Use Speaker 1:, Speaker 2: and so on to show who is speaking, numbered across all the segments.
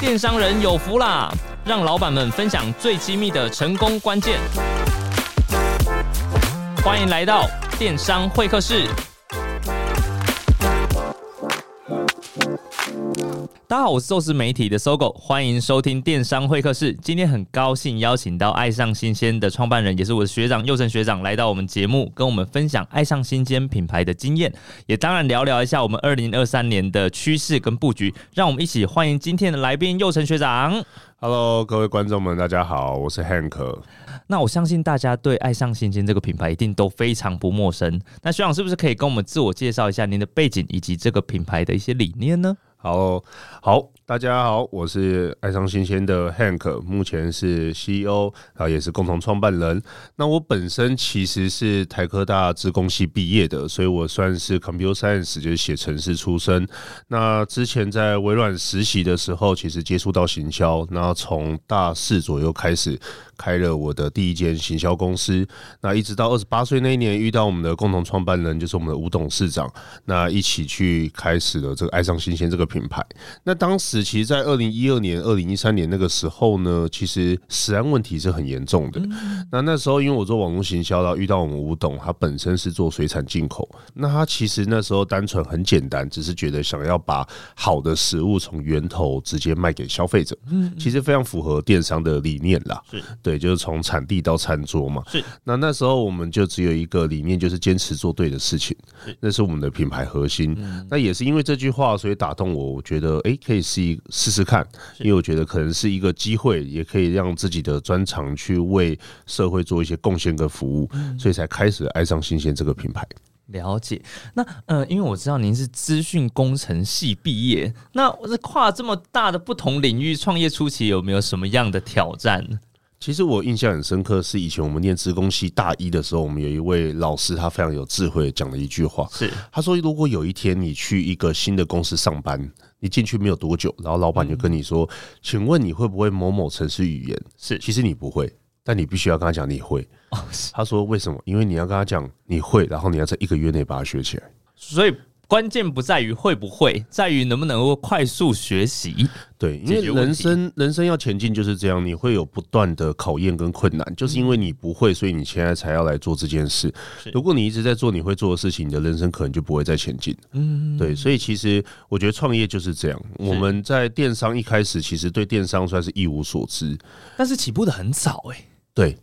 Speaker 1: 电商人有福啦！让老板们分享最机密的成功关键。欢迎来到电商会客室。大家好，我是寿司媒体的搜狗，欢迎收听电商会客室。今天很高兴邀请到爱上新鲜的创办人，也是我的学长佑成学长来到我们节目，跟我们分享爱上新鲜品牌的经验，也当然聊聊一下我们二零二三年的趋势跟布局。让我们一起欢迎今天的来宾佑成学长。
Speaker 2: Hello，各位观众们，大家好，我是 Hank。
Speaker 1: 那我相信大家对爱上新鲜这个品牌一定都非常不陌生。那学长是不是可以跟我们自我介绍一下您的背景以及这个品牌的一些理念呢？
Speaker 2: 好好，大家好，我是爱上新鲜的 Hank，目前是 CEO，然后也是共同创办人。那我本身其实是台科大资工系毕业的，所以我算是 Computer Science，就是写程式出身。那之前在微软实习的时候，其实接触到行销，然后从大四左右开始开了我的第一间行销公司。那一直到二十八岁那一年，遇到我们的共同创办人，就是我们的吴董事长，那一起去开始了这个爱上新鲜这个品牌。那当时其实，在二零一二年、二零一三年那个时候呢，其实食安问题是很严重的。
Speaker 1: 嗯
Speaker 2: 那那时候，因为我做网络行销，然后遇到我们吴董，他本身是做水产进口，那他其实那时候单纯很简单，只是觉得想要把好的食物从源头直接卖给消费者，其实非常符合电商的理念啦。
Speaker 1: 嗯是
Speaker 2: 对，就是从产地到餐桌嘛。
Speaker 1: 是
Speaker 2: 那那时候我们就只有一个理念，就是坚持做对的事情
Speaker 1: 是，
Speaker 2: 那是我们的品牌核心。那也是因为这句话，所以打动我，我觉得诶可以试一试试看，因为我觉得可能是一个机会，也可以让自己的专长去为社会做一些贡献跟服务，所以才开始爱上新鲜这个品牌。
Speaker 1: 了解，那呃，因为我知道您是资讯工程系毕业，那我是跨这么大的不同领域创业初期，有没有什么样的挑战？
Speaker 2: 其实我印象很深刻，是以前我们念职工系大一的时候，我们有一位老师，他非常有智慧，讲了一句话，
Speaker 1: 是
Speaker 2: 他说，如果有一天你去一个新的公司上班，你进去没有多久，然后老板就跟你说：“请问你会不会某某城市语言？”
Speaker 1: 嗯是
Speaker 2: 其实你不会，但你必须要跟他讲你会。
Speaker 1: 哦，是
Speaker 2: 他说：“为什么？因为你要跟他讲你会，然后你要在一个月内把它学起来。
Speaker 1: 所以关键不在于会不会，在于能不能够快速学习。”
Speaker 2: 对，因
Speaker 1: 解
Speaker 2: 为
Speaker 1: 决问
Speaker 2: 人
Speaker 1: 题
Speaker 2: 生人生要前进就是这样，你会有不断的考验跟困
Speaker 1: 嗯
Speaker 2: 难，就是因为你不会，所以你现在才要来做这件事
Speaker 1: 是。
Speaker 2: 如果你一直在做你会做的事情，你的人生可能就不会再前进。
Speaker 1: 嗯，
Speaker 2: 对，所以其实我觉得创业就是这样。我们在电商一开始其实对电商算是一无所知，
Speaker 1: 但是起步的很早哎、
Speaker 2: 对，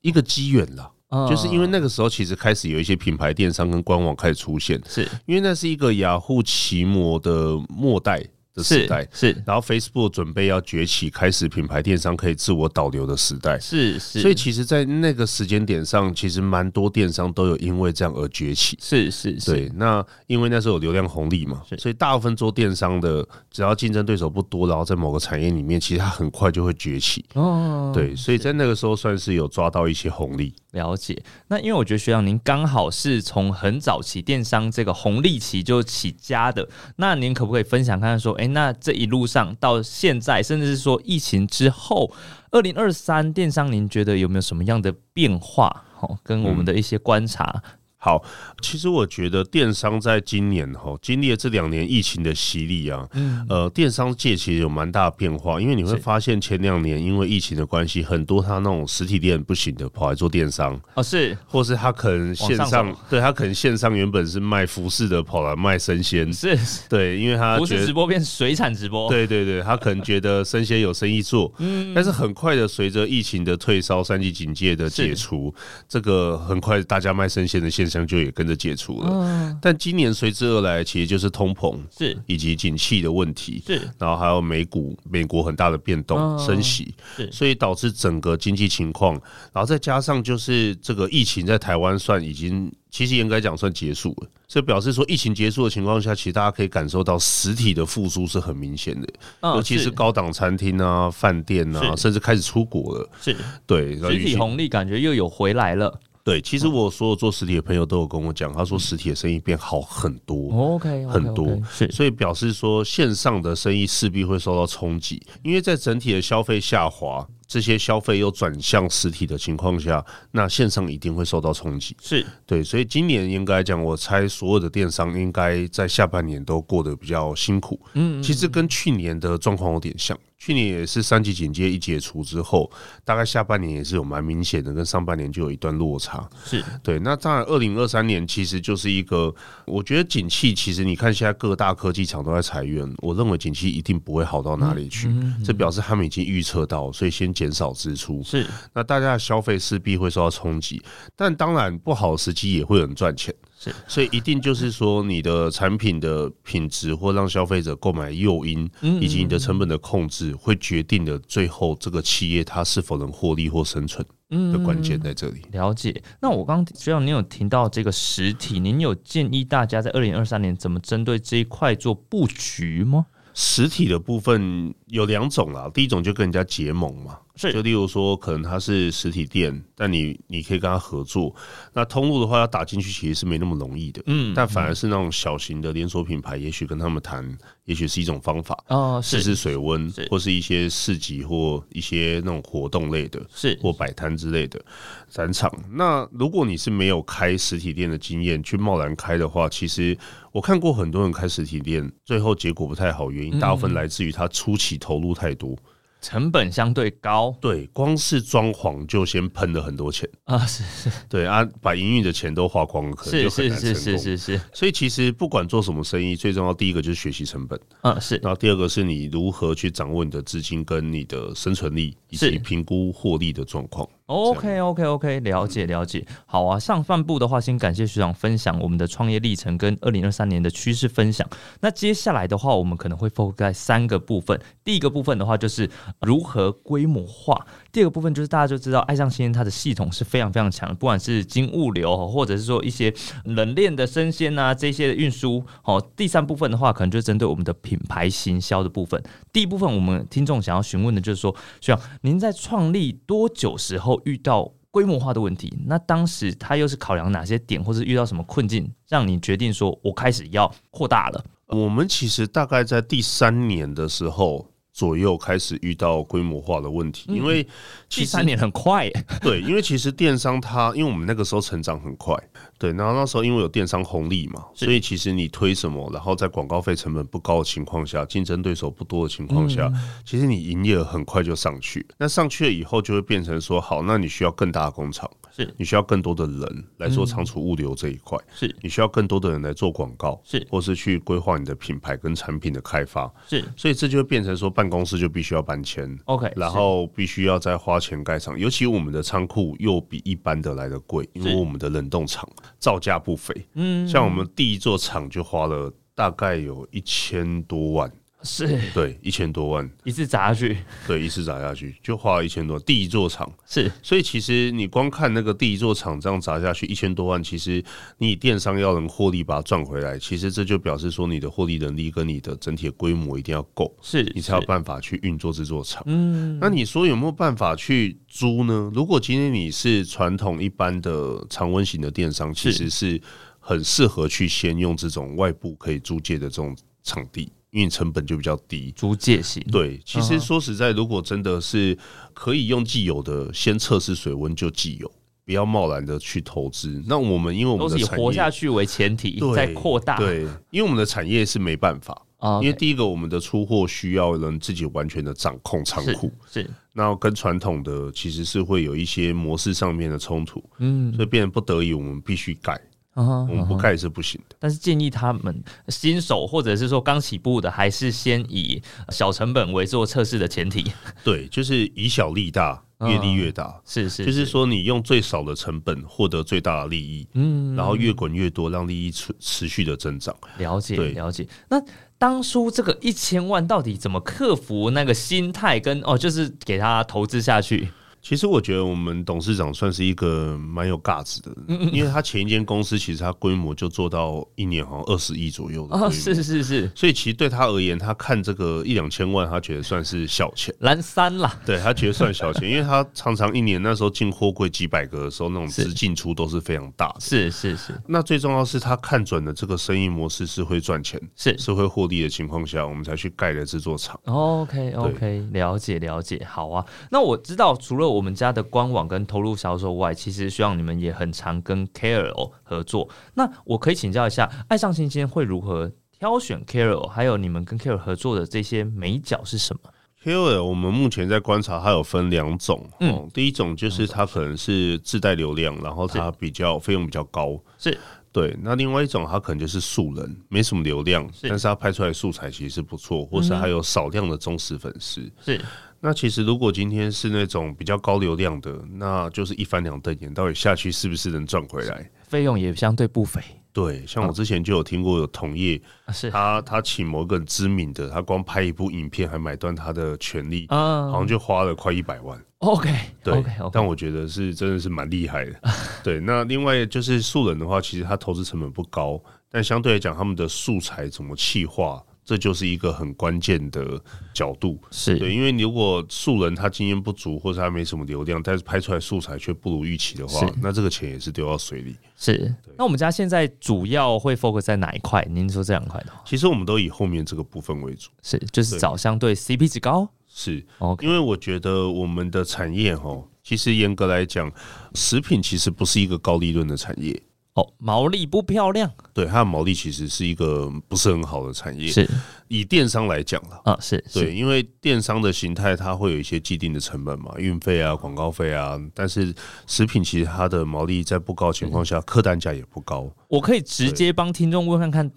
Speaker 2: 一个机缘啦。
Speaker 1: 嗯
Speaker 2: 就是因为那个时候其实开始有一些品牌电商跟官网开始出现，
Speaker 1: 是
Speaker 2: 因为那是一个雅虎奇摩的末代的时代
Speaker 1: 是。是
Speaker 2: 然后 Facebook 准备要崛起，开始品牌电商可以自我导流的时代，
Speaker 1: 是是，
Speaker 2: 所以其实，在那个时间点上，其实蛮多电商都有因为这样而崛起。
Speaker 1: 是是是
Speaker 2: 对，那因为那时候有流量红利嘛
Speaker 1: 是，
Speaker 2: 所以大部分做电商的，只要竞争对手不多，然后在某个产业里面，其实它很快就会崛起。
Speaker 1: 哦，
Speaker 2: 对，所以在那个时候算是有抓到一些红利。
Speaker 1: 了解，那因为我觉得学长您刚好是从很早期电商这个红利期就起家的，那您可不可以分享看看说，诶，那这一路上到现在，甚至是说疫情之后，二零二三电商您觉得有没有什么样的变化？哦，跟
Speaker 2: 嗯
Speaker 1: 我们的一些观察，
Speaker 2: 好，其实我觉得电商在今年哈，经历了这两年疫情的洗礼啊，呃，电商界其实有蛮大的变化，因为你会
Speaker 1: 嗯是
Speaker 2: 发现前两年因为疫情的关系，很多他那种实体店不行的跑来做电商，
Speaker 1: 哦，是
Speaker 2: 或是他可能线
Speaker 1: 往
Speaker 2: 上，
Speaker 1: 上走
Speaker 2: 对他可能线上原本是卖服饰的，跑来卖生鲜，
Speaker 1: 是，
Speaker 2: 对，因为他
Speaker 1: 不
Speaker 2: 觉
Speaker 1: 是
Speaker 2: 得
Speaker 1: 直播变水产直播，
Speaker 2: 对对对，他可能觉得生鲜有生意做，但是很快的随着疫情的退烧、三级警戒的解除，这个很快大家卖生鲜的现象就也跟着解除了。但今年随之而来，其实就是通膨
Speaker 1: 是
Speaker 2: 以及景气的问题。
Speaker 1: 是
Speaker 2: 然后还有美股、美国很大的变动、
Speaker 1: 嗯
Speaker 2: 升息
Speaker 1: 是，
Speaker 2: 所以导致整个经济情况，然后再加上就是这个疫情在台湾算已经，其实应该讲算结束了，所以表示说疫情结束的情况下，其实大家可以感受到实体的复苏是很明显的，
Speaker 1: 嗯
Speaker 2: 尤其是高档餐厅啊、饭店啊，
Speaker 1: 是
Speaker 2: 甚至开始出国了。
Speaker 1: 是
Speaker 2: 对，然后
Speaker 1: 实体哦红利感觉又有回来了
Speaker 2: 对，其实我所有做实体的朋友都有跟我讲，他说实体的生意变好很多。
Speaker 1: ，OK，
Speaker 2: 很多
Speaker 1: 是
Speaker 2: 所以表示说线上的生意势必会受到冲击，因为在整体的消费下滑，这些消费又转向实体的情况下，那线上一定会受到冲击。
Speaker 1: 是
Speaker 2: 对，所以今年应该讲，我猜所有的电商应该在下半年都过得比较辛苦。嗯其实跟去年的状况有点像，去年也是三级警戒一解除之后，大概下半年也是有蛮明显的，跟上半年就有一段落差。
Speaker 1: 是，
Speaker 2: 对，那当然，二零二三年其实就是一个，我觉得景气其实你看现在各大科技厂都在裁员，我认为景气一定不会好到哪里去，这表示他们已经预测到，所以先减少支出，
Speaker 1: 是
Speaker 2: 那大家的消费势必会受到冲击，但当然不好的时机也会有人赚钱。
Speaker 1: 是，
Speaker 2: 所以一定就是说，你的产品的品质或让消费者购买诱因，
Speaker 1: 嗯
Speaker 2: 以及你的成本的控制，会决定了最后这个企业它是否能获利或生存
Speaker 1: 嗯
Speaker 2: 的关键在这里。
Speaker 1: 了解。那我刚刚学长，您有提到这个实体，您有建议大家在二零二三年怎么针对这一块做布局吗？
Speaker 2: 实体的部分有两种啦，第一种就跟人家结盟嘛，
Speaker 1: 是
Speaker 2: 就例如说可能他是实体店，但你你可以跟他合作。那通路的话要打进去其实是没那么容易的，
Speaker 1: 嗯
Speaker 2: 但反而是那种小型的连锁品牌，也许跟他们谈，也许是一种方法，
Speaker 1: 哦，
Speaker 2: 试
Speaker 1: 是
Speaker 2: 试水温
Speaker 1: 是，
Speaker 2: 或是一些市集或一些那种活动类的。
Speaker 1: 是
Speaker 2: 或摆摊之类的展场。那如果你是没有开实体店的经验，去贸然开的话，其实我看过很多人开实体店，最后结果不太好，原因大
Speaker 1: 嗯
Speaker 2: 部分来自于他初期投入太多。
Speaker 1: 成本相对高
Speaker 2: 对，光是装潢就先喷了很多钱，
Speaker 1: 啊，是是
Speaker 2: 对啊，把营运的钱都花光了，哦可
Speaker 1: 是
Speaker 2: 能就很
Speaker 1: 是
Speaker 2: 难
Speaker 1: 是
Speaker 2: 成
Speaker 1: 是
Speaker 2: 功。
Speaker 1: 是是，
Speaker 2: 所以其实不管做什么生意，最重要第一个就是学习成本。
Speaker 1: 嗯是
Speaker 2: 然后第二个是你如何去掌握你的资金跟你的生存力，以
Speaker 1: 是
Speaker 2: 及评估获利的状况。
Speaker 1: OK OK OK，了解了解。好啊，上半部的话，先感谢学长分享我们的创业历程跟二零二三年的趋势分享。那接下来的话，我们可能会 focus 在三个部分。第一个部分的话，就是如何规模化；第二个部分就是大家就知道，哎爱上新鲜它的系统是非常非常强的，不管是金物流哦或者是说一些冷链的生鲜啊这些的运输。好，第三部分的话，可能就是针对我们的品牌行销的部分。第一部分，我们听众想要询问的就是说，学长，您在创立多久时候遇到规模化的问题？那当时他又是考量哪些点，或是遇到什么困境，让你决定说我开始要扩大了？
Speaker 2: 我们其实大概在第三年的时候左右开始遇到规模化的问题，因为
Speaker 1: 第
Speaker 2: 其实
Speaker 1: 三年很快耶，
Speaker 2: 对，因为其实电商它，因为我们那个时候成长很快，对，然后那时候因为有电商红利嘛，
Speaker 1: 是
Speaker 2: 所以其实你推什么，然后在广告费成本不高的情况下，竞争对手不多的情况
Speaker 1: 嗯
Speaker 2: 下，其实你营业额很快就上去。那上去了以后，就会变成说，好，那你需要更大的工厂，
Speaker 1: 是嗯
Speaker 2: 你需要更多的人来做仓储物流这一块，
Speaker 1: 是
Speaker 2: 你需要更多的人来做广告，
Speaker 1: 是
Speaker 2: 或是去规划你的品牌跟产品的开发，
Speaker 1: 是
Speaker 2: 所以这就变成说办公室就必须要搬迁，
Speaker 1: OK，
Speaker 2: 然后必须要再花钱盖厂，尤其我们的仓库又比一般的来的贵，因为我们的冷冻厂造价不菲，嗯，像我们第一座厂就花了大概有一千多万，
Speaker 1: 是是
Speaker 2: 对，一千多万，
Speaker 1: 一次砸下 去，
Speaker 2: 对，一次砸下去就花了一千多，第一座厂，
Speaker 1: 是
Speaker 2: 所以其实你光看那个第一座厂这样砸下去一千多万，其实你以电商要能获利把它赚回来，其实这就表示说你的获利能力跟你的整体的规模一定要够，
Speaker 1: 是，
Speaker 2: 你才有
Speaker 1: 是
Speaker 2: 办法去运作这座厂。嗯，那你说有没有办法去租呢？如果今天你是传统一般的常温型的电商，其实是很适合去先用这种外部可以租借的这种场地，因为你成本就比较低。
Speaker 1: 租借型，
Speaker 2: 对，其
Speaker 1: 嗯
Speaker 2: 实说实在，如果真的是可以用既有的，先测试水温就既有，不要贸然的去投资。那我们因为我
Speaker 1: 都
Speaker 2: 们
Speaker 1: 是
Speaker 2: 的
Speaker 1: 以
Speaker 2: 产
Speaker 1: 活下
Speaker 2: 业
Speaker 1: 去为前提，
Speaker 2: 对
Speaker 1: 再扩大，
Speaker 2: 对，因为我们的产业是没办法，
Speaker 1: 啊
Speaker 2: 因为第一个我们的出货需要人自己完全的掌控仓
Speaker 1: 是
Speaker 2: 库，
Speaker 1: 是
Speaker 2: 那跟传统的其实是会有一些模式上面的冲突，
Speaker 1: 嗯
Speaker 2: 所以变得不得已我们必须改，
Speaker 1: 啊
Speaker 2: 我，们不改是不行的。
Speaker 1: 但是建议他们新手或者是说刚起步的，还是先以小成本为做测试的前提，
Speaker 2: 对，就是以小利大，越利越大。
Speaker 1: 是是
Speaker 2: 就是说，你用最少的成本获得最大的利益，嗯，然后越滚越多，让利益持持续的增长。
Speaker 1: 了解
Speaker 2: 对
Speaker 1: 了解。那当初这个一千万到底怎么克服那个心态跟哦，就是给他投资下去？
Speaker 2: 其实我觉得我们董事长算是一个蛮有 guts 的，因为他前一间公司其实他规模就做到一年好像二十亿左右的规模
Speaker 1: 哦，是是是，
Speaker 2: 所以其实对他而言，他看这个一两千万，他觉得算是小 钱，
Speaker 1: 蓝三啦，
Speaker 2: 对他觉得算小钱，因为他常常一年那时候进货柜几百个的时候，那种
Speaker 1: 是
Speaker 2: 资进出都是非常大的。
Speaker 1: 是是是
Speaker 2: 那最重要是他看准了这个生意模式是会赚钱、
Speaker 1: 是
Speaker 2: 是会获利的情况下，我们才去盖了制作厂。
Speaker 1: 哦 OK OK，了解了解，好啊。那我知道，除了我们家的官网跟投入销售外，其实希望你们也很常跟 KOL 合作。那我可以请教一下，爱上新鲜会如何挑选 KOL，还有你们跟 KOL 合作的这些美角是什么？
Speaker 2: KOL 我们目前在观察，它有分两种，嗯、第一种就是它可能是自带流量，然后它比较费用比较高，
Speaker 1: 是
Speaker 2: 对。那另外一种，它可能就是素人，没什么流量，
Speaker 1: 是嗯
Speaker 2: 但是它拍出来的素材其实不错，或是还有少量的忠实粉丝。
Speaker 1: 是
Speaker 2: 那其实如果今天是那种比较高流量的，那就是一翻两瞪眼，到底下去是不是能赚回来？
Speaker 1: 费用也相对不菲
Speaker 2: 对，像我之前就有听过有同业，
Speaker 1: 啊，是
Speaker 2: 他他请某个很知名的，他光拍一部影片还买断他的权利，好
Speaker 1: 啊
Speaker 2: 像就花了快一百万。
Speaker 1: ，OK
Speaker 2: 对
Speaker 1: OK OK，
Speaker 2: 但我觉得是真的是蛮厉 害的。对，那另外就是素人的话，其实他投资成本不高，但相对来讲，他们的素材怎么气化，这就是一个很关键的角度。对，
Speaker 1: 是
Speaker 2: 因为如果素人他经验不足，或者他没什么流量，但是拍出来素材却不如预期的话
Speaker 1: 是，
Speaker 2: 那这个钱也是丢到水里。
Speaker 1: 是。那我们家现在主要会 focus 在哪一块？您说这两块的话，
Speaker 2: 其实我们都以后面这个部分为主，
Speaker 1: 是就是
Speaker 2: 对
Speaker 1: 找相对 CP 值高
Speaker 2: 是
Speaker 1: ，OK
Speaker 2: 因为我觉得我们的产业哈，其实严格来讲，食品其实不是一个高利润的产业。
Speaker 1: 哦，毛利不漂亮
Speaker 2: 对它的毛利其实是一个不是很好的产业，
Speaker 1: 是
Speaker 2: 以电商来讲啦，
Speaker 1: 啊，是是
Speaker 2: 对，因为电商的形态它会有一些既定的成本嘛，运费啊、广告费啊，但是食品其实它的毛利在不高的情
Speaker 1: 嗯
Speaker 2: 况下，客单价也不高。
Speaker 1: 我可以直接帮听众问看看，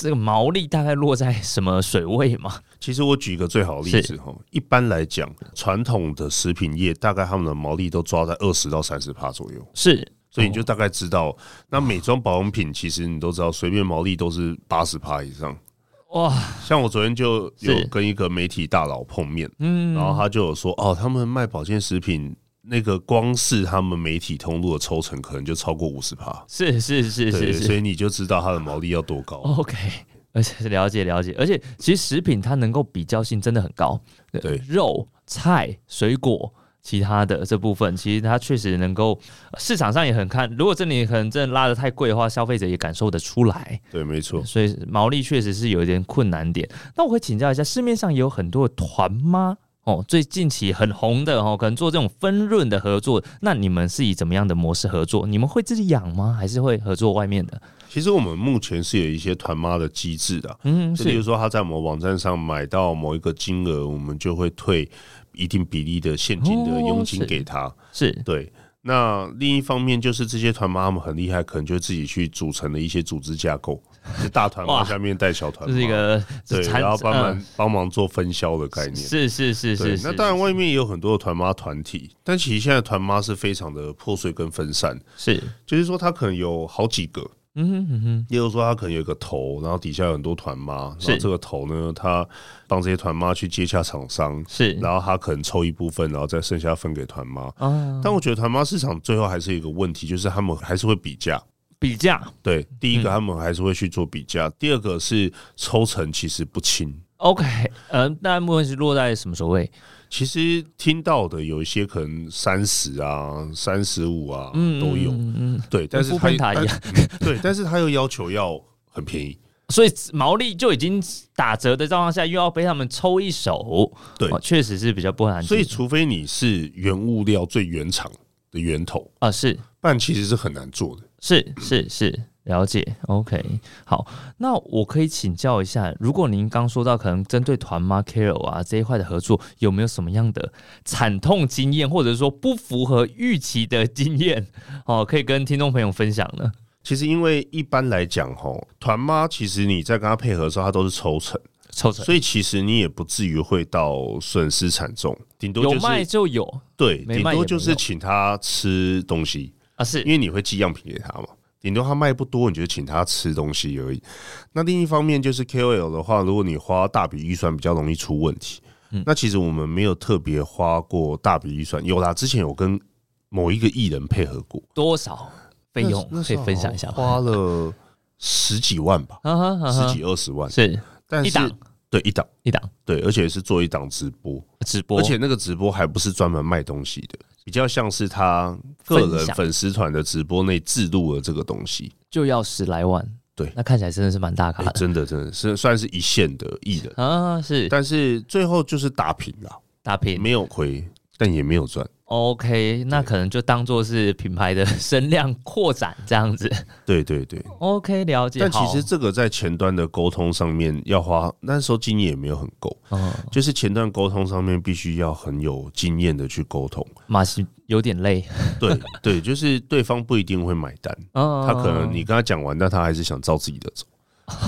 Speaker 1: 这个毛利大概落在什么水位吗？
Speaker 2: 其实我举一个最好的例子哈，一般来讲，传统的食品业大概他们的毛利都抓在二十到三十帕左右，
Speaker 1: 是，
Speaker 2: 所以你就大概知道，那美妆保养品其实你都知道，随便毛利都是八十帕以上。
Speaker 1: 哇，
Speaker 2: 像我昨天就有
Speaker 1: 是
Speaker 2: 跟一个媒体大佬碰面，
Speaker 1: 嗯，
Speaker 2: 然后他就有说，哦，他们卖保健食品，那个光是他们媒体通路的抽成，可能就超过五十趴。
Speaker 1: 是是是是哦
Speaker 2: 对，所
Speaker 1: 是
Speaker 2: 以你就知道它的毛利要多高。
Speaker 1: ，OK。而且是了解了解，而且其实食品它能够比较性真的很高，呃
Speaker 2: 对
Speaker 1: 肉、菜、水果、其他的这部分，其实它确实能够呃市场上也很看，如果这里可能真的拉的太贵的话，消费者也感受得出来。
Speaker 2: 对，没错。
Speaker 1: 所以毛利确实是有一点困难点。那我会请教一下，市面上也有很多的团妈哦，最近期很红的哦，可能做这种分润的合作，那你们是以怎么样的模式合作？你们会自己养吗？还是会合作外面的？
Speaker 2: 其实我们目前是有一些团妈的机制的，
Speaker 1: 嗯，
Speaker 2: 就比如
Speaker 1: 是
Speaker 2: 说他在某网站上买到某一个金额，我们就会退一定比例的现金的
Speaker 1: 哦
Speaker 2: 佣金
Speaker 1: 是
Speaker 2: 给他。
Speaker 1: 是
Speaker 2: 对。那另一方面就是这些团妈他们很厉害，可能就自己去组成了一些组织架构，就大团妈
Speaker 1: 哇
Speaker 2: 下面带小团
Speaker 1: 这
Speaker 2: 妈，
Speaker 1: 是一个
Speaker 2: 对，
Speaker 1: 产
Speaker 2: 然后帮忙
Speaker 1: 嗯
Speaker 2: 帮忙做分销的概念。
Speaker 1: 是是是
Speaker 2: 对
Speaker 1: 是，是，
Speaker 2: 那当然，外面也有很多的团妈团体，但其实现在团妈是非常的破碎跟分散，
Speaker 1: 是
Speaker 2: 就是说它可能有好几个，
Speaker 1: 嗯哼嗯哼
Speaker 2: 也就是说它可能有一个头，然后底下有很多团妈，然后
Speaker 1: 是
Speaker 2: 这个头呢，他帮这些团妈去接洽厂商，
Speaker 1: 是
Speaker 2: 然后他可能抽一部分，然后再剩下分给团妈。
Speaker 1: 啊，
Speaker 2: 但我觉得团妈市场最后还是有一个问题，就是他们还是会比价。
Speaker 1: 比价
Speaker 2: 对，第一个
Speaker 1: 嗯
Speaker 2: 他们还是会去做比价，第二个是抽成其实不轻。
Speaker 1: OK，呃，那目前是落在什么所谓？
Speaker 2: 其实听到的有一些可能三十啊、三十五啊、
Speaker 1: 嗯，
Speaker 2: 都有，
Speaker 1: 嗯嗯，嗯
Speaker 2: 对，但是
Speaker 1: 富
Speaker 2: 他
Speaker 1: 喷塔一
Speaker 2: 但
Speaker 1: 样
Speaker 2: 嗯对，但是他又要求要很便宜，
Speaker 1: 所以毛利就已经打折的状况下，又要被他们抽一手，
Speaker 2: 对
Speaker 1: 哦确、实是比较不难。
Speaker 2: 所以除非你是原物料最原厂的源头，
Speaker 1: 啊，是
Speaker 2: 不然其实是很难做的。
Speaker 1: 是是是，了解。OK，好，那我可以请教一下，如果您刚说到可能针对团妈 Carol 啊这一块的合作，有没有什么样的惨痛经验，或者说不符合预期的经验哦，可以跟听众朋友分享呢？
Speaker 2: 其实因为一般来讲，吼，团妈其实你在跟他配合的时候，他都是抽成，
Speaker 1: 抽成
Speaker 2: 所以其实你也不至于会到损失惨重，顶多
Speaker 1: 有
Speaker 2: 就是
Speaker 1: 卖就有
Speaker 2: 对，
Speaker 1: 没
Speaker 2: 顶
Speaker 1: 卖也
Speaker 2: 多
Speaker 1: 没
Speaker 2: 就是
Speaker 1: 有
Speaker 2: 请他吃东西。
Speaker 1: 啊，是
Speaker 2: 因为你会寄样品给他嘛。顶多他卖不多，你就请他吃东西而已。那另一方面就是 KOL 的话，如果你花大笔预算，比较容易出问题。
Speaker 1: 嗯
Speaker 2: 那其实我们没有特别花过大笔预算，有啦，之前有跟某一个艺人配合过，
Speaker 1: 多少费用
Speaker 2: 那
Speaker 1: 可以分享一下
Speaker 2: 那时
Speaker 1: 吗？
Speaker 2: 候花了十几万吧，
Speaker 1: 啊哈啊哈
Speaker 2: 十几二十万，
Speaker 1: 是
Speaker 2: 但
Speaker 1: 一档
Speaker 2: 是对一档
Speaker 1: 一档
Speaker 2: 对，而且是做一档直播，
Speaker 1: 直播，
Speaker 2: 而且那个直播还不是专门卖东西的，比较像是他个
Speaker 1: 分
Speaker 2: 人
Speaker 1: 享
Speaker 2: 粉丝团的直播内置入了这个东西。
Speaker 1: 就要十来万，
Speaker 2: 对
Speaker 1: 那看起来真的是蛮大咖
Speaker 2: 哎
Speaker 1: 的
Speaker 2: 真的，真的是算是一线的艺人，
Speaker 1: 啊，是
Speaker 2: 但是最后就是打平了，
Speaker 1: 打平
Speaker 2: 没有亏，但也没有赚。
Speaker 1: ，OK，那可能就当做是品牌的声量扩展这样子
Speaker 2: 对对对，
Speaker 1: ，OK，了解。
Speaker 2: 但其
Speaker 1: 好
Speaker 2: 实，这个在前端的沟通上面要花，那时候经验也没有很够，
Speaker 1: 嗯，
Speaker 2: 就是前端沟通上面必须要很有经验的去沟通。
Speaker 1: 马西有点累，
Speaker 2: 对对，就是对方不一定会买单，
Speaker 1: 嗯，
Speaker 2: 他可能你跟他讲完，但他还是想照自己的走。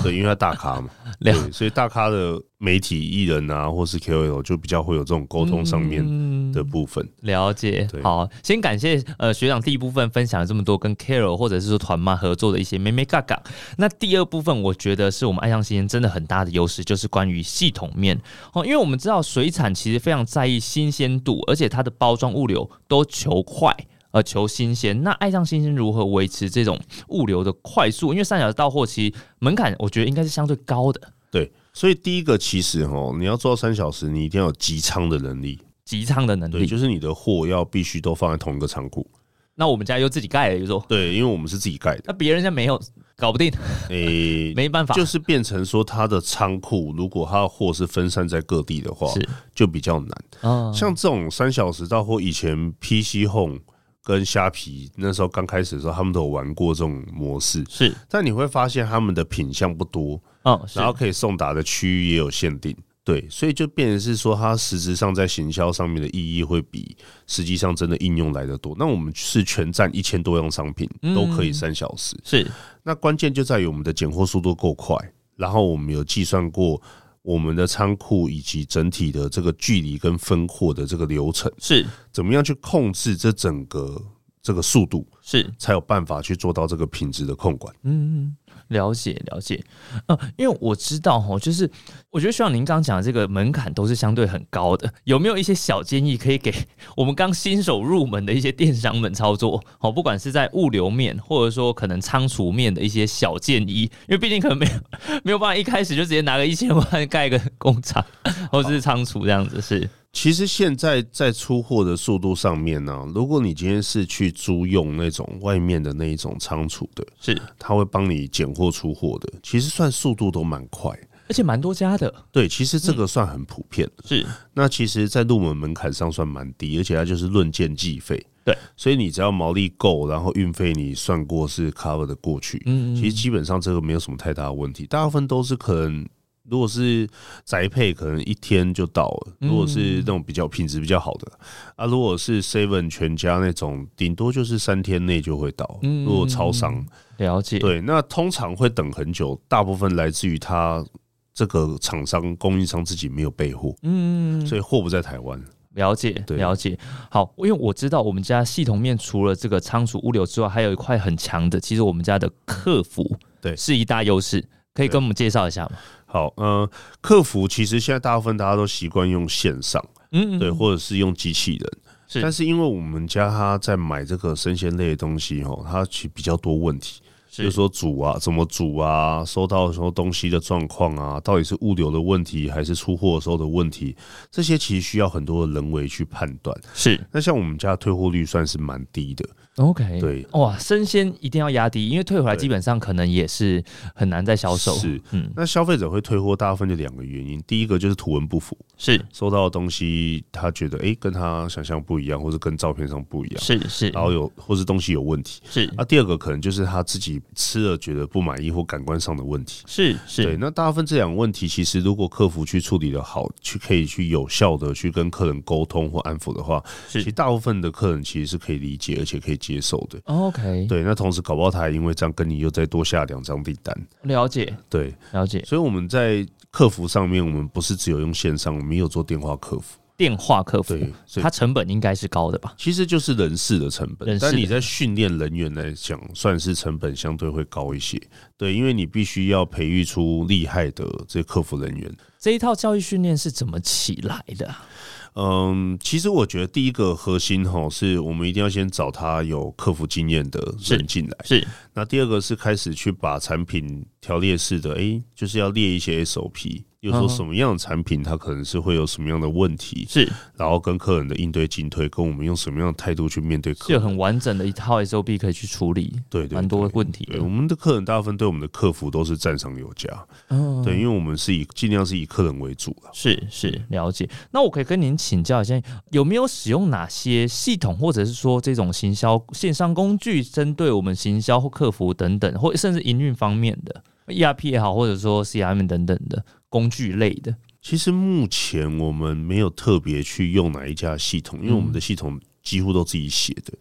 Speaker 2: 对，因为他大 咖嘛，
Speaker 1: 了
Speaker 2: 对，所以大咖的媒体艺人啊，或是 KOL 就比较会有这种沟通上面
Speaker 1: 嗯
Speaker 2: 的部分。
Speaker 1: 了解，
Speaker 2: 对
Speaker 1: 好，先感谢呃学长第一部分分享了这么多跟 Carol 或者是说团妈合作的一些妹妹嘎嘎。那第二部分我觉得是我们爱上新鲜真的很大的优势，就是关于系统面哦，因为我们知道水产其实非常在意新鲜度，而且它的包装物流都求快。呃，求新鲜。那爱上新鲜如何维持这种物流的快速？因为三小时到货其实门槛，我觉得应该是相对高的。
Speaker 2: 对，所以第一个其实哦，你要做到三小时，你一定要有集仓的能力。
Speaker 1: 集仓的能
Speaker 2: 对，
Speaker 1: 力，
Speaker 2: 就是你的货要必须都放在同一个仓库。
Speaker 1: 那我们家又自己盖了，就说
Speaker 2: 对，因为我们是自己盖的，
Speaker 1: 那别人家没有，搞不定，
Speaker 2: 诶、
Speaker 1: 没办法，
Speaker 2: 就是变成说它的仓库，如果它的货是分散在各地的话，
Speaker 1: 是
Speaker 2: 就比较难。
Speaker 1: 嗯
Speaker 2: 像这种三小时到货，以前 PC Home 跟虾皮那时候刚开始的时候，他们都有玩过这种模式。
Speaker 1: 是，
Speaker 2: 但你会发现他们的品相不多，
Speaker 1: 嗯，是
Speaker 2: 然后可以送达的区域也有限定，对，所以就变成是说，它实质上在行销上面的意义会比实际上真的应用来的多。那我们是全站一千多样商品，
Speaker 1: 嗯
Speaker 2: 都可以三小时。
Speaker 1: 是
Speaker 2: 那关键就在于我们的拣货速度够快，然后我们有计算过我们的仓库以及整体的这个距离跟分货的这个流程，
Speaker 1: 是
Speaker 2: 怎么样去控制这整个这个速度，
Speaker 1: 是，
Speaker 2: 才有办法去做到这个品质的控管。
Speaker 1: 嗯，了解了解，嗯、因为我知道哈，就是我觉得像您刚讲的这个门槛都是相对很高的，有没有一些小建议可以给我们刚新手入门的一些电商们操作？哦，不管是在物流面，或者说可能仓储面的一些小建议，因为毕竟可能没有没有办法一开始就直接拿个一千万盖个工厂或者是仓储这样子，是
Speaker 2: 其实现在在出货的速度上面呢、如果你今天是去租用那种外面的那一种仓储的，
Speaker 1: 是，
Speaker 2: 他会帮你拣货出货的，其实算速度都蛮快。
Speaker 1: 而且蛮多家的，
Speaker 2: 对，其实这个算很普遍的。
Speaker 1: 是
Speaker 2: 那其实，在入门门槛上算蛮低，而且它就是论件计费。
Speaker 1: 对，
Speaker 2: 所以你只要毛利够，然后运费你算过是 cover 的过去，
Speaker 1: 嗯嗯嗯
Speaker 2: 其实基本上这个没有什么太大的问题。大部分都是可能，如果是宅配，可能一天就到了；
Speaker 1: 嗯
Speaker 2: 如果是那种比较品质比较好的，啊，如果是 Seven 全家那种，顶多就是三天内就会到。
Speaker 1: 嗯
Speaker 2: 如果超商，
Speaker 1: 了解，
Speaker 2: 对，那通常会等很久，大部分来自于它这个厂商供应商自己没有备货。
Speaker 1: 嗯。
Speaker 2: 所以货不在台湾。
Speaker 1: 了解，
Speaker 2: 对
Speaker 1: 了解。好，因为我知道我们家系统面除了这个仓储物流之外，还有一块很强的，其实我们家的客服
Speaker 2: 对
Speaker 1: 是一大优势，可以跟我们介绍一下吗？
Speaker 2: 好，呃，客服其实现在大部分大家都习惯用线上，
Speaker 1: 嗯，嗯
Speaker 2: 对，，或者是用机器人。
Speaker 1: 是
Speaker 2: 但是因为我们家他在买这个生鲜类的东西哦，他其实比较多问题，就是是说煮啊，怎么煮啊，收到的时候东西的状况啊，到底是物流的问题还是出货的时候的问题，这些其实需要很多的人为去判断。
Speaker 1: 是
Speaker 2: 那像我们家的退货率算是蛮低的，
Speaker 1: OK，，
Speaker 2: 对，
Speaker 1: 哇，生鲜一定要压低，因为退回来
Speaker 2: 对
Speaker 1: 基本上可能也是很难再销售，
Speaker 2: 是。
Speaker 1: 嗯，
Speaker 2: 那消费者会退货，大部分就两个原因，第一个就是图文不符，
Speaker 1: 是
Speaker 2: 收到的东西，他觉得诶跟他想象不一样，或是跟照片上不一样，
Speaker 1: 是是
Speaker 2: 然后有或是东西有问题。啊
Speaker 1: 是
Speaker 2: 那、第二个可能就是他自己吃了觉得不满意或感官上的问题。
Speaker 1: 是
Speaker 2: 对，
Speaker 1: 是，
Speaker 2: 那大部分这两个问题，其实如果客服去处理的好，去可以去有效的去跟客人沟通或安抚的话，
Speaker 1: 是
Speaker 2: 其实大部分的客人其实是可以理解而且可以接受的。
Speaker 1: OK，
Speaker 2: 对，那同时搞不好他还因为这样跟你又再多下两张订单。
Speaker 1: 了解
Speaker 2: 对，
Speaker 1: 了解
Speaker 2: 所以我们在客服上面，我们不是只有用线上，我们也有做电话客服。
Speaker 1: 电话客服
Speaker 2: 对，所以
Speaker 1: 它成本应该是高的吧？
Speaker 2: 其实就是人事的成
Speaker 1: 人
Speaker 2: 本，
Speaker 1: 事的
Speaker 2: 但你在训练人员来讲，算是成本相对会高一些。对，因为你必须要培育出厉害的这些客服人员。
Speaker 1: 这一套教育训练是怎么起来的啊？
Speaker 2: 嗯，其实我觉得第一个核心吼，是我们一定要先找他有客服经验的人进来。
Speaker 1: 是
Speaker 2: 那第二个是开始去把产品条列式的，诶、就是要列一些 SOP，比如
Speaker 1: 嗯
Speaker 2: 说
Speaker 1: 哼
Speaker 2: 什么样的产品它可能是会有什么样的问题，
Speaker 1: 是
Speaker 2: 然后跟客人的应对进退，跟我们用什么样的态度去面对
Speaker 1: 是
Speaker 2: 客
Speaker 1: 有
Speaker 2: 人。
Speaker 1: 很完整的一套 SOP 可以去处理，
Speaker 2: 对对
Speaker 1: 蛮多问题
Speaker 2: 对，
Speaker 1: 的
Speaker 2: 我。们的客人大部分对我们的客服都是赞赏有加，
Speaker 1: 嗯，
Speaker 2: 对，因为我们是以尽量是以客人为主啦。
Speaker 1: 是是了解。那我可以跟您请教一下，有没有使用哪些系统，或者是说这种行销线上工具，针对我们行销或客服等等，或甚至营运方面的 ERP 也好，或者说 CRM 等等的工具类的？
Speaker 2: 其实目前我们没有特别去用哪一家系统，因
Speaker 1: 嗯
Speaker 2: 为我们的系统几乎都自己写 的。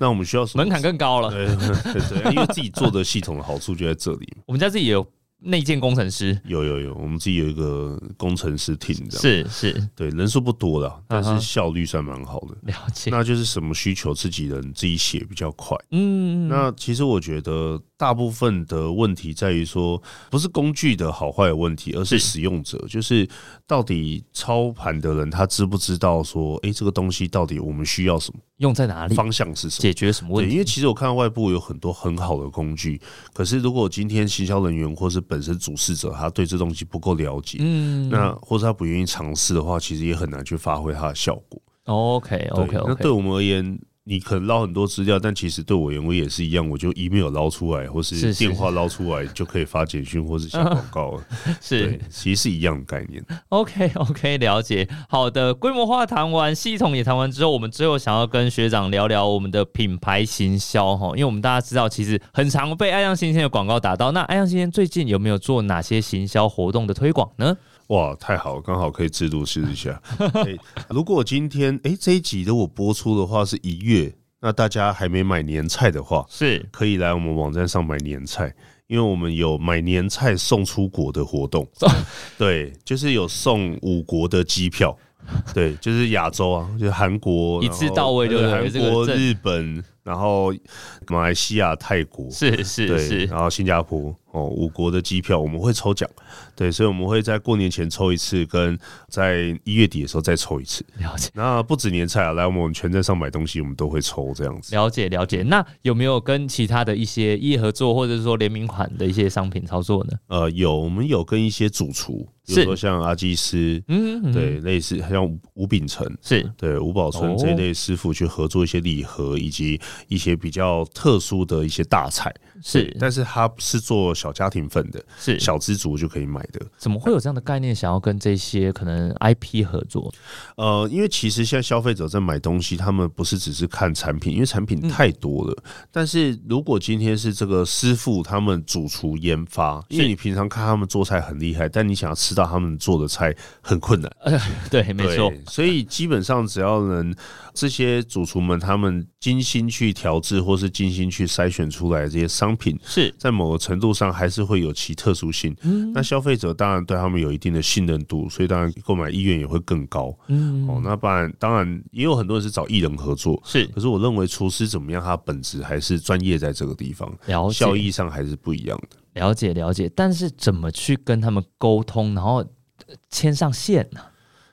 Speaker 2: 那我们需要什么
Speaker 1: 门槛更高了。
Speaker 2: 对对对，因为自己做的系统的好处就在这里。
Speaker 1: 我们家自己也有内建工程师，
Speaker 2: 有有有，我们自己有一个工程师 team 这样，
Speaker 1: 是是
Speaker 2: 对人数不多啦，但
Speaker 1: 嗯哼
Speaker 2: 是效率算蛮好的。
Speaker 1: 了解。
Speaker 2: 那就是什么需求自己人自己写比较快。
Speaker 1: 嗯，
Speaker 2: 那其实我觉得大部分的问题在于说，不是工具的好坏的问题，而是使用者，就是到底操盘的人他知不知道说，诶，这个东西到底我们需要什么，
Speaker 1: 用在哪里？
Speaker 2: 方向是什么？
Speaker 1: 解决什么
Speaker 2: 对，
Speaker 1: 问
Speaker 2: 因为
Speaker 1: 题？
Speaker 2: 其实我看到外部有很多很好的工具，可是如果今天行销人员或是本身主事者他对这东西不够了解，
Speaker 1: 嗯
Speaker 2: 那或是他不愿意尝试的话，其实也很难去发挥它的效果。
Speaker 1: OK
Speaker 2: 对
Speaker 1: OK
Speaker 2: 那
Speaker 1: OK，
Speaker 2: 对我们而言，你可能捞很多资料，但其实对我而言，我也是一样，我就 email 捞出来，或
Speaker 1: 是
Speaker 2: 是
Speaker 1: 是
Speaker 2: 电话捞出来，就可以发简讯或是下广告了。
Speaker 1: 是
Speaker 2: 对，其实是一样的概念。
Speaker 1: OK OK，了解。好的，规模化谈完，系统也谈完之后，我们最后想要跟学长聊聊我们的品牌行销哈，因为我们大家知道，其实很常被爱上新鲜的广告打到。那爱上新鲜最近有没有做哪些行销活动的推广呢？
Speaker 2: 哇，太好了，刚好可以制度试一下。哎如果今天哎、这一集如果播出的话是一月，那大家还没买年菜的话，
Speaker 1: 是
Speaker 2: 可以来我们网站上买年菜。因为我们有买年菜送出国的活动，对，就是有送五国的 机票，对，就是亚洲啊，就是韩国
Speaker 1: 一次到位就
Speaker 2: 对
Speaker 1: 对了
Speaker 2: 韩
Speaker 1: 这个
Speaker 2: 国、
Speaker 1: 证
Speaker 2: 日本，然后马来西亚、泰国，
Speaker 1: 是是
Speaker 2: 对，
Speaker 1: 是，
Speaker 2: 然后新加坡哦，五国的机票我们会抽奖，对，所以我们会在过年前抽一次，跟在一月底的时候再抽一次。
Speaker 1: 了解。
Speaker 2: 那不止年菜啊，来我们全站上买东西，我们都会抽这样子。
Speaker 1: 了解了解，那有没有跟其他的一些业合作，或者是说联名款的一些商品操作呢？
Speaker 2: 呃，有我们有跟一些主厨，比
Speaker 1: 是
Speaker 2: 如说像阿基斯，
Speaker 1: 嗯，嗯，
Speaker 2: 对，类似像吴吴秉承。
Speaker 1: 是
Speaker 2: 对吴宝春
Speaker 1: 哦
Speaker 2: 这一类师傅去合作一些礼盒，以及一些比较特殊的一些大菜，
Speaker 1: 是
Speaker 2: 但是它是做小家庭份的，
Speaker 1: 是，
Speaker 2: 小资族就可以买的。
Speaker 1: 怎么会有这样的概念，想要跟这些可能 IP 合作？
Speaker 2: 呃，因为其实现在消费者在买东西，他们不是只是看产品，因为产
Speaker 1: 嗯
Speaker 2: 品太多了。但是如果今天是这个师傅他们主厨研发，因为
Speaker 1: 是
Speaker 2: 你平常看他们做菜很厉害，但你想要吃到他们做的菜很困难。
Speaker 1: 对，没
Speaker 2: 对
Speaker 1: 错，
Speaker 2: 所以基本上只要能这些主厨们他们精心去调制，或是精心去筛选出来这些商品，
Speaker 1: 是
Speaker 2: 在某个程度上还是会有其特殊性。
Speaker 1: 嗯
Speaker 2: 那消费者当然对他们有一定的信任度，所以当然购买意愿也会更高。
Speaker 1: 嗯
Speaker 2: 哦，那不然当然也有很多人是找艺人合作，
Speaker 1: 是
Speaker 2: 可是我认为厨师怎么样，他本质还是专业在这个地方，
Speaker 1: 了解
Speaker 2: 效益上还是不一样的。
Speaker 1: 了解了解，但是怎么去跟他们沟通，然后呃牵上线啊呢、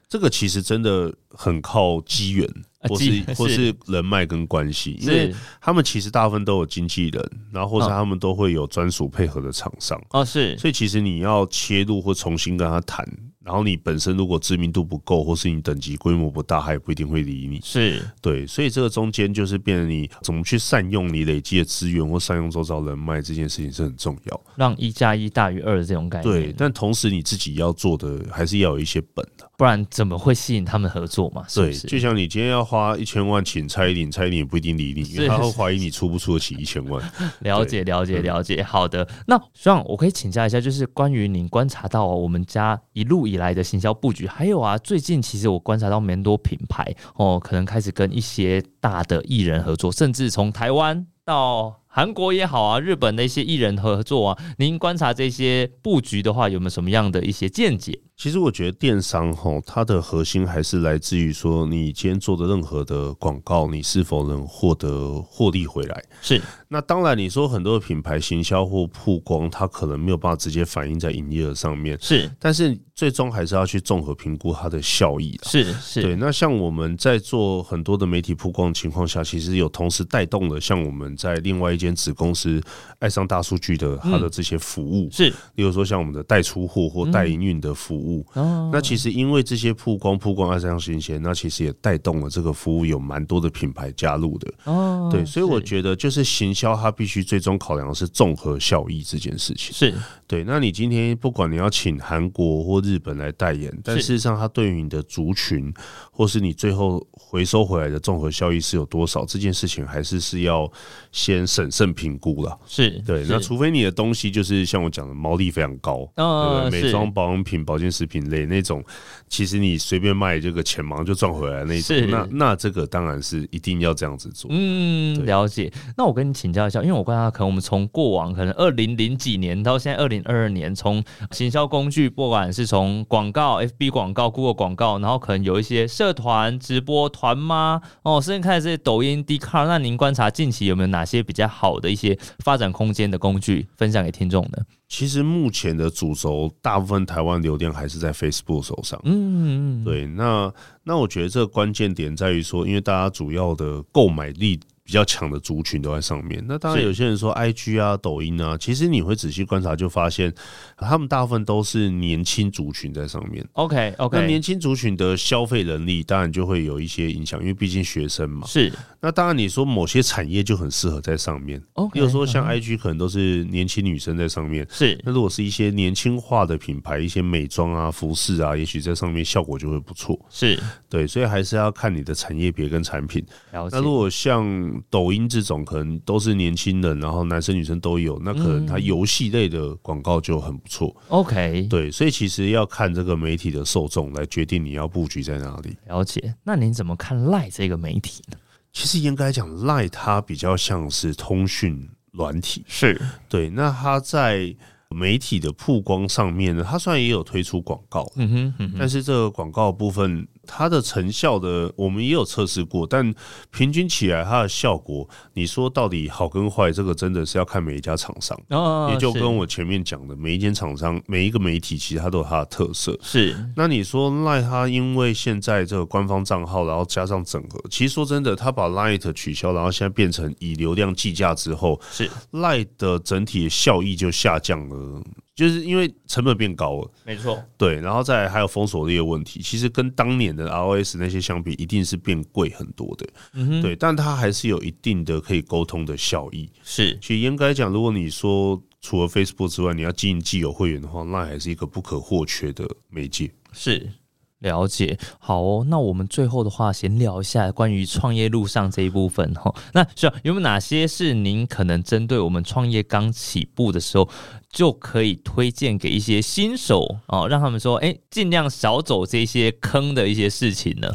Speaker 2: 这个其实真的很靠机缘，
Speaker 1: 啊
Speaker 2: 或
Speaker 1: 机
Speaker 2: 是或
Speaker 1: 是
Speaker 2: 是人脉跟关系，因为
Speaker 1: 是
Speaker 2: 他们其实大部分都有经纪人，然后或是
Speaker 1: 嗯
Speaker 2: 他们都会有专属配合的厂商，
Speaker 1: 哦，是
Speaker 2: 所以其实你要切入或重新跟他谈，然后你本身如果知名度不够，或是你等级规模不大，他也不一定会理你。
Speaker 1: 是
Speaker 2: 对，所以这个中间就是变成你怎么去善用你累积的资源或善用周遭人脉这件事情是很重要。
Speaker 1: 让一加一大于二的这种概念，
Speaker 2: 对，但同时你自己要做的还是要有一些本的、
Speaker 1: 不然怎么会吸引他们合作嘛？是
Speaker 2: 对，
Speaker 1: 不是？
Speaker 2: 就像你今天要花一千万请蔡依林，蔡依林也不一定理你，因
Speaker 1: 是
Speaker 2: 为他会怀疑你出不出得起一千万。
Speaker 1: 了解了
Speaker 2: 嗯
Speaker 1: 解了解，好的。那希望我可以请教一下，就是关于您观察到、我们家一路以来的行销布局，还有啊，最近其实我观察到蛮多品牌哦，可能开始跟一些大的艺人合作，甚至从台湾到。韩国也好啊，日本的一些艺人合作啊，您观察这些布局的话，有没有什么样的一些见解？
Speaker 2: 其实我觉得电商吼，它的核心还是来自于说，你今天做的任何的广告，你是否能获得获利回来。
Speaker 1: 是
Speaker 2: 那当然，你说很多的品牌行销或曝光，它可能没有办法直接反映在营业额上面，
Speaker 1: 是
Speaker 2: 但是最终还是要去综合评估它的效益啦。啊
Speaker 1: 是是，
Speaker 2: 对，那像我们在做很多的媒体曝光的情况下，其实有同时带动了像我们在另外一间子公司爱上大数据的它的这些服务，
Speaker 1: 是
Speaker 2: 例如说像我们的代出货或代营运的服务。
Speaker 1: 哦，
Speaker 2: 那其实因为这些曝光曝光爱上新鲜，那其实也带动了这个服务有蛮多的品牌加入的。
Speaker 1: 哦
Speaker 2: 对，所以我
Speaker 1: 是
Speaker 2: 觉得就是行销它必须最终考量的是综合效益这件事情。
Speaker 1: 是
Speaker 2: 对，那你今天不管你要请韩国或日本来代言，但事实上它对于你的族群，或是你最后回收回来的综合效益是有多少，这件事情还是是要先审慎评估了。
Speaker 1: 是，
Speaker 2: 对，
Speaker 1: 是
Speaker 2: 那除非你的东西就是像我讲的毛利非常高。对
Speaker 1: 嗯
Speaker 2: 不对？美妆、保养品、保健食品类那种，其实你随便卖这个钱马上就赚回来那
Speaker 1: 是
Speaker 2: 种，那那这个当然是一定要这样子做。
Speaker 1: 嗯，
Speaker 2: 对
Speaker 1: 了解。那我跟你请教一下，因为我观察，可能我们从过往可能二零零几年到现在二零二二年，从行销工具，不管是从广告、FB 广告、Google 广告，然后可能有一些社团、直播、团妈哦，甚至开始这些抖音、d c a r 那您观察近期有没有哪些比较好的一些发展空间的工具分享给听众呢？
Speaker 2: 其实目前的主轴，大部分台湾流量还是在 Facebook 手上。
Speaker 1: 嗯，
Speaker 2: 对，那那我觉得这个关键点在于说，因为大家主要的购买力比较强的族群都在上面。那当然，
Speaker 1: 是
Speaker 2: 有些人说 IG 啊、抖音啊，其实你会仔细观察就发现，他们大部分都是年轻族群在上面。
Speaker 1: ，OK
Speaker 2: 那
Speaker 1: OK，
Speaker 2: 年轻族群的消费能力当然就会有一些影响，因为毕竟学生嘛。
Speaker 1: 是
Speaker 2: 那当然，你说某些产业就很适合在上面，比
Speaker 1: OK，
Speaker 2: 如说像
Speaker 1: 嗯
Speaker 2: IG 可能都是年轻女生在上面。
Speaker 1: 是
Speaker 2: 那如果是一些年轻化的品牌，一些美妆啊、服饰啊，也许在上面效果就会不错。
Speaker 1: 是
Speaker 2: 对，所以还是要看你的产业别跟产品。
Speaker 1: 了解
Speaker 2: 那，如果像抖音这种，可能都是年轻人，然后男生女生都有，那可
Speaker 1: 嗯
Speaker 2: 能它游戏类的广告就很不错。
Speaker 1: OK，
Speaker 2: 对，所以其实要看这个媒体的受众来决定你要布局在哪里。
Speaker 1: 了解。那您怎么看赖这个媒体呢？
Speaker 2: 其实严格来讲，赖它比较像是通讯软体，
Speaker 1: 是
Speaker 2: 对，那它在媒体的曝光上面呢，它虽然也有推出广告，
Speaker 1: 嗯哼，嗯哼，
Speaker 2: 但是这个广告部分，它的成效的我们也有测试过，但平均起来它的效果，你说到底好跟坏，这个真的是要看每一家厂商。
Speaker 1: 哦
Speaker 2: 也就跟我前面讲的，每一间厂商、每一个媒体，其实它都有它的特色。
Speaker 1: 是
Speaker 2: 那你说 Line 它因为现在这个官方账号，然后加上整合，其实说真的，它把 Line 取消，然后现在变成以流量计价之后
Speaker 1: 是是
Speaker 2: ，Line 的整体的效益就下降了，就是因为成本变高了。
Speaker 1: 没错，
Speaker 2: 对，然后再来还有封锁力的问题，其实跟当年的 ROS 那些相比，一定是变贵很多的。
Speaker 1: 嗯哼，
Speaker 2: 对，但它还是有一定的可以沟通的效益。
Speaker 1: 是
Speaker 2: 其实严格来讲，如果你说除了 Facebook 之外，你要经营既有会员的话，那还是一个不可或缺的媒介。
Speaker 1: 是。了解，好哦。那我们最后的话，闲聊一下关于创业路上这一部分哈、哦。那需要有没有哪些是您可能针对我们创业刚起步的时候，就可以推荐给一些新手哦，让他们说，哎，尽量少走这些坑的一些事情呢？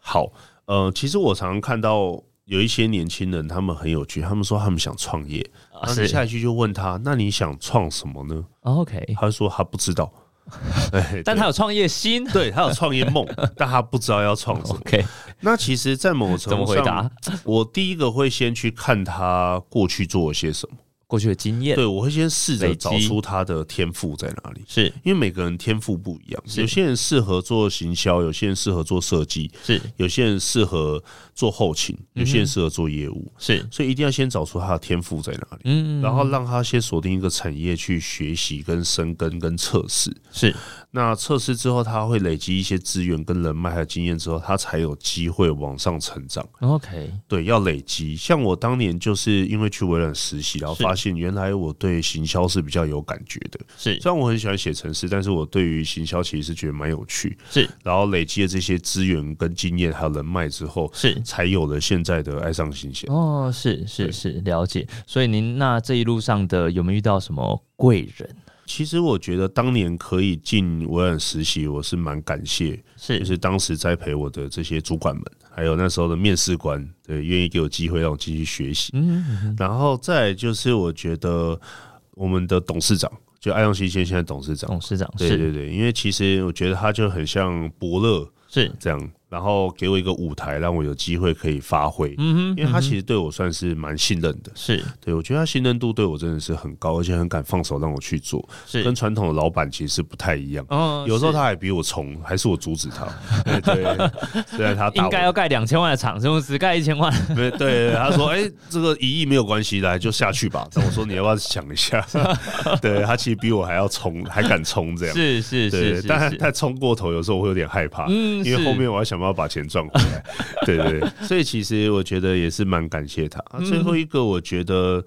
Speaker 2: 好，呃，其实我常常看到有一些年轻人，他们很有趣，他们说他们想创业，
Speaker 1: 啊哦
Speaker 2: 那你下一句就问他，那你想创什么呢？
Speaker 1: ，OK，
Speaker 2: 他说他不 知道，哎
Speaker 1: 但他
Speaker 2: 对
Speaker 1: 有创业心
Speaker 2: 对他有创业 梦，但他不知道要创什么。
Speaker 1: ，OK，
Speaker 2: 那其实，在某个
Speaker 1: 哦怎
Speaker 2: 程
Speaker 1: 么
Speaker 2: 度
Speaker 1: 回
Speaker 2: 上
Speaker 1: 答，？
Speaker 2: 我第一个会先去看他过去做了些什么。
Speaker 1: 过去的经验
Speaker 2: 对，我会先试着
Speaker 1: 累积
Speaker 2: 找出他的天赋在哪里，
Speaker 1: 是
Speaker 2: 因为每个人天赋不一样，
Speaker 1: 是
Speaker 2: 有些人适合做行销，有些人适合做设计，
Speaker 1: 是
Speaker 2: 有些人适合做后勤，
Speaker 1: 嗯
Speaker 2: 有些人适合做业务，
Speaker 1: 是，
Speaker 2: 所以一定要先找出他的天赋在哪里。
Speaker 1: 嗯，
Speaker 2: 然后让他先锁定一个产业去学习、跟深耕、跟测试。
Speaker 1: 是
Speaker 2: 那测试之后，他会累积一些资源、跟人脉还有经验之后，他才有机会往上成长。
Speaker 1: OK，
Speaker 2: 对，要累积。像我当年就是因为去微软实习，然后
Speaker 1: 是
Speaker 2: 发现原来我对行销是比较有感觉的。
Speaker 1: 是
Speaker 2: 虽然我很喜欢写程式，但是我对于行销其实是觉得蛮有趣。
Speaker 1: 是
Speaker 2: 然后累积了这些资源、跟经验还有人脉之后，
Speaker 1: 是。
Speaker 2: 才有了现在的爱上新鲜。
Speaker 1: 哦，是是
Speaker 2: 对
Speaker 1: 是，了解。所以您那这一路上的有没有遇到什么贵人？
Speaker 2: 其实我觉得当年可以进微软实习，我是蛮感谢，就是是当时栽培我的这些主管们，还有那时候的面试官，对，愿意给我机会让我进去学习。
Speaker 1: 嗯嗯嗯
Speaker 2: 然后再来就是我觉得我们的董事长，就爱用新鲜现在董事长，
Speaker 1: 董事长
Speaker 2: 对
Speaker 1: 哦是
Speaker 2: 对对，因为其实我觉得他就很像伯乐
Speaker 1: 是，
Speaker 2: 这样，然后给我一个舞台，让我有机会可以发挥。
Speaker 1: 嗯哼，
Speaker 2: 因为他
Speaker 1: 嗯哼
Speaker 2: 其实对我算是蛮信任的，
Speaker 1: 是
Speaker 2: 对我觉得他信任度对我真的是很高，而且很敢放手让我去做，跟
Speaker 1: 是，
Speaker 2: 传统的老板其实不太一样。
Speaker 1: 嗯
Speaker 2: 有时
Speaker 1: 是
Speaker 2: 候他还比我冲，还是我阻 止他。哎对对，虽然他打
Speaker 1: 应
Speaker 2: 我
Speaker 1: 该 要盖两千万的厂，怎么只盖一千万？
Speaker 2: 没对对，对他说：“哎、这个一亿没有关系，来就下去吧。”但我说：“你要不要想 一下？”对他其实比我还要冲，还敢冲这样。
Speaker 1: 是是
Speaker 2: 对，
Speaker 1: 是是，
Speaker 2: 但
Speaker 1: 是
Speaker 2: 他冲过头，有时候我会有点害怕，
Speaker 1: 嗯
Speaker 2: 因为
Speaker 1: 是
Speaker 2: 后面我要想办法把钱赚回来。 对对对，所以其实我觉得也是蛮感谢他。
Speaker 1: 嗯
Speaker 2: 啊最后一个，我觉得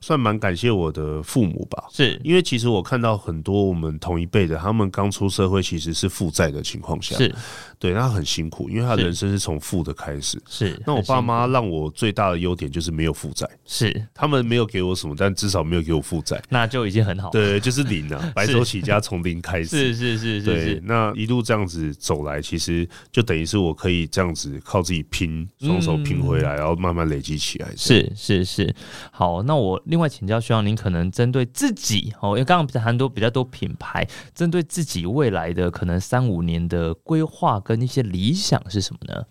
Speaker 2: 算蛮感谢我的父母吧。
Speaker 1: 是
Speaker 2: 因为其实我看到很多我们同一辈的，他们刚出社会其实是负债的情况下，
Speaker 1: 是
Speaker 2: 对，那很辛苦，因为他
Speaker 1: 是
Speaker 2: 人生是从负的开始。
Speaker 1: 是，
Speaker 2: 那我
Speaker 1: 很
Speaker 2: 爸
Speaker 1: 辛
Speaker 2: 妈让我最大的优点就是没有负债，
Speaker 1: 是，
Speaker 2: 他们没有给我什么，但至少没有给我负债。
Speaker 1: 那就已经很好了。
Speaker 2: 对，就是零啊，白手起家从零开
Speaker 1: 哦
Speaker 2: 始。
Speaker 1: 是是是是
Speaker 2: 对
Speaker 1: 是，，
Speaker 2: 那一路这样子走来，其实就等于是我可以这样子靠自己拼，双手拼回来，然后慢慢累积起来。这样，
Speaker 1: 嗯是是是，好，那我另外请教徐阳，您可能针对自己哦，因为刚刚谈多比较多品牌，针对自己未来的可能三五年的规划跟一些理想是什么呢？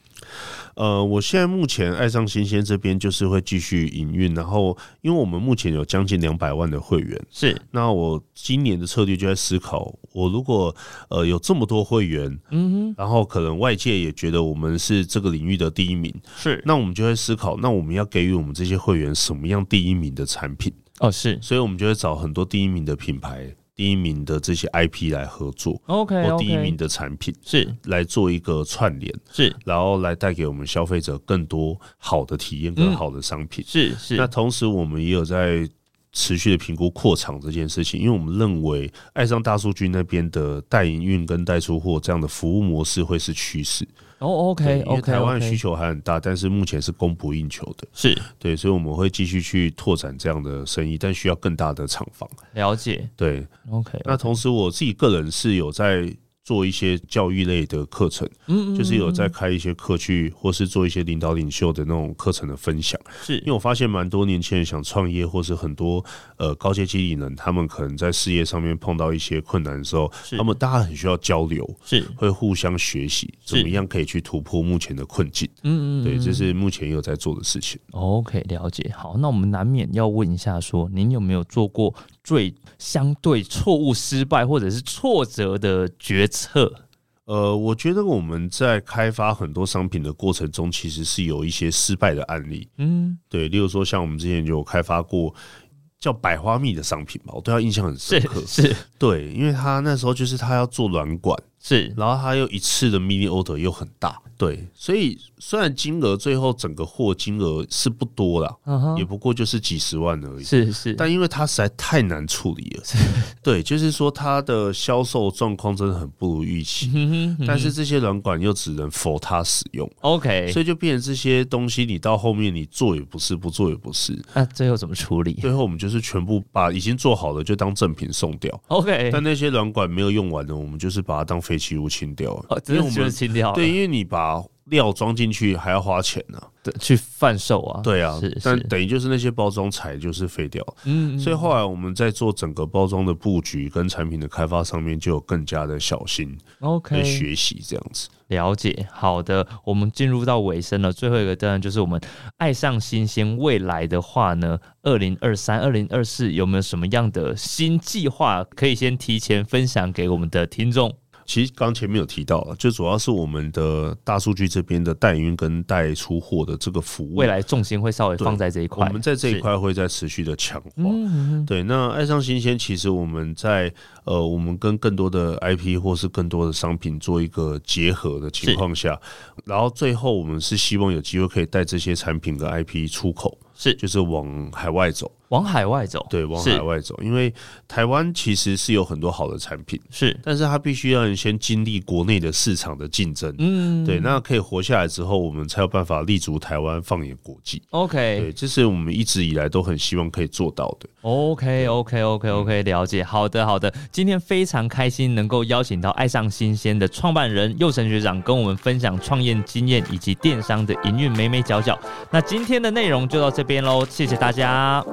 Speaker 2: 呃，我现在目前爱上新鲜这边就是会继续营运，然后因为我们目前有将近两百万的会员，
Speaker 1: 是
Speaker 2: 那我今年的策略就在思考，我如果呃有这么多会员，嗯，然后可能外界也觉得我们是这个领域的第一名，
Speaker 1: 是
Speaker 2: 那我们就会思考，那我们要给予我们这些会员什么样第一名的产品？
Speaker 1: 哦是
Speaker 2: 所以我们就会找很多第一名的品牌、第一名的这些 IP 来合作，
Speaker 1: OK
Speaker 2: 或
Speaker 1: OK，
Speaker 2: 第一名的产品
Speaker 1: 是
Speaker 2: 来做一个串联，
Speaker 1: 是
Speaker 2: 然后来带给我们消费者更多好的体验跟
Speaker 1: 嗯
Speaker 2: 好的商品。
Speaker 1: 是是
Speaker 2: 那同时，我们也有在持续的评估扩厂这件事情，因为我们认为爱上大数据那边的代营运跟代出货这样的服务模式会是趋势。
Speaker 1: 哦 OK
Speaker 2: 对因为
Speaker 1: OK，
Speaker 2: 台湾的需
Speaker 1: 求
Speaker 2: 求还很大，但是目前是供不应求的。
Speaker 1: 是
Speaker 2: 对，所以我们会继续去拓展这样的生意，但需要更大的厂房。
Speaker 1: 了解
Speaker 2: 对，
Speaker 1: OK，
Speaker 2: 那同时我自己个人是有在。做一些教育类的课程，
Speaker 1: 嗯
Speaker 2: 就是有在开一些课去，或是做一些领导领袖的那种课程的分享。
Speaker 1: 是
Speaker 2: 因为我发现蛮多年轻人想创业，或是很多呃高阶经理人，他们可能在事业上面碰到一些困难的时候，
Speaker 1: 是
Speaker 2: 他们大家很需要交流，
Speaker 1: 是
Speaker 2: 会互相学习，
Speaker 1: 是
Speaker 2: 怎么样可以去突破目前的困境。
Speaker 1: 嗯嗯
Speaker 2: 对，这是目前也有在做的事情。
Speaker 1: OK，了解。好，那我们难免要问一下说您有没有做过最相对错误、失败或者是挫折的决策？
Speaker 2: 呃，我觉得我们在开发很多商品的过程中，其实是有一些失败的案例。
Speaker 1: 嗯，
Speaker 2: 对，例如说像我们之前就有开发过叫百花蜜的商品吧，我对它印象很
Speaker 1: 是
Speaker 2: 深刻。
Speaker 1: 是
Speaker 2: 对，因为它那时候就是它要做软管。
Speaker 1: 是
Speaker 2: 然后他又一次的 mini order 又很大，对，所以虽然金额最后整个货金额是不多啦，
Speaker 1: 嗯
Speaker 2: 也
Speaker 1: 哼，
Speaker 2: 不过就是几十万而已。
Speaker 1: 是是，
Speaker 2: 但因为它实在太难处理了， 对，就是说它的销售状况真的很不如预期，
Speaker 1: 嗯哼嗯哼
Speaker 2: 但是这些软管又只能否它使用，
Speaker 1: OK，
Speaker 2: 所以就变成这些东西你到后面你做也不是，不做也不是，
Speaker 1: 那最后怎么处理
Speaker 2: 最后我们就是全部把已经做好了就当赠品送掉，
Speaker 1: ？OK，
Speaker 2: 但那些软管没有用完的，我们就是把它当废弃物清掉了
Speaker 1: 哦，，
Speaker 2: 因
Speaker 1: 只
Speaker 2: 为
Speaker 1: 是
Speaker 2: 我
Speaker 1: 就是
Speaker 2: 们
Speaker 1: 清掉了，
Speaker 2: 对，因为你把料装进去还要花钱呢、
Speaker 1: 对，去贩售啊，
Speaker 2: 对啊
Speaker 1: 是，
Speaker 2: 但
Speaker 1: 是，
Speaker 2: 等于就是那些包装材就是废掉，
Speaker 1: 嗯，
Speaker 2: 所以后来我们在做整个包装的布局跟产品的开发上面就有更加的小心跟
Speaker 1: OK，
Speaker 2: 学习这样子。
Speaker 1: 了解，好的，我们进入到尾声了。最后一个当然就是我们爱上新鲜未来的话呢，二零二三、二零二四有没有什么样的新计划可以先提前分享给我们的听众？
Speaker 2: 其实刚前面有提到了，就主要是我们的大数据这边的代运跟代出货的这个服务，
Speaker 1: 未来重心会稍微
Speaker 2: 对
Speaker 1: 放在这一
Speaker 2: 我
Speaker 1: 块，
Speaker 2: 们在这一
Speaker 1: 是，
Speaker 2: 块会在持续的强化。
Speaker 1: 嗯，嗯嗯
Speaker 2: 对，那爱上新鲜，其实我们在呃，我们跟更多的 IP 或是更多的商品做一个结合的情况下，然后最后我们是希望有机会可以带这些产品跟 IP 出口，
Speaker 1: 是
Speaker 2: 就是往海外走，
Speaker 1: 往海外走，
Speaker 2: 对，往
Speaker 1: 是
Speaker 2: 海外走，因为台湾其实是有很多好的产品，
Speaker 1: 是，
Speaker 2: 但是它必须让你先经历国内的市场的竞争。
Speaker 1: 嗯，
Speaker 2: 对，那可以活下来之后，我们才有办法立足台湾，放眼国际。对，
Speaker 1: OK
Speaker 2: 这是我们一直以来都很希望可以做到的。
Speaker 1: OK OK OK OK，了解。好的好的，今天非常开心能够邀请到爱上新鲜的创办人佑成学长跟我们分享创业经验以及电商的营运眉眉角角。那今天的内容就到这边喽，谢谢大家。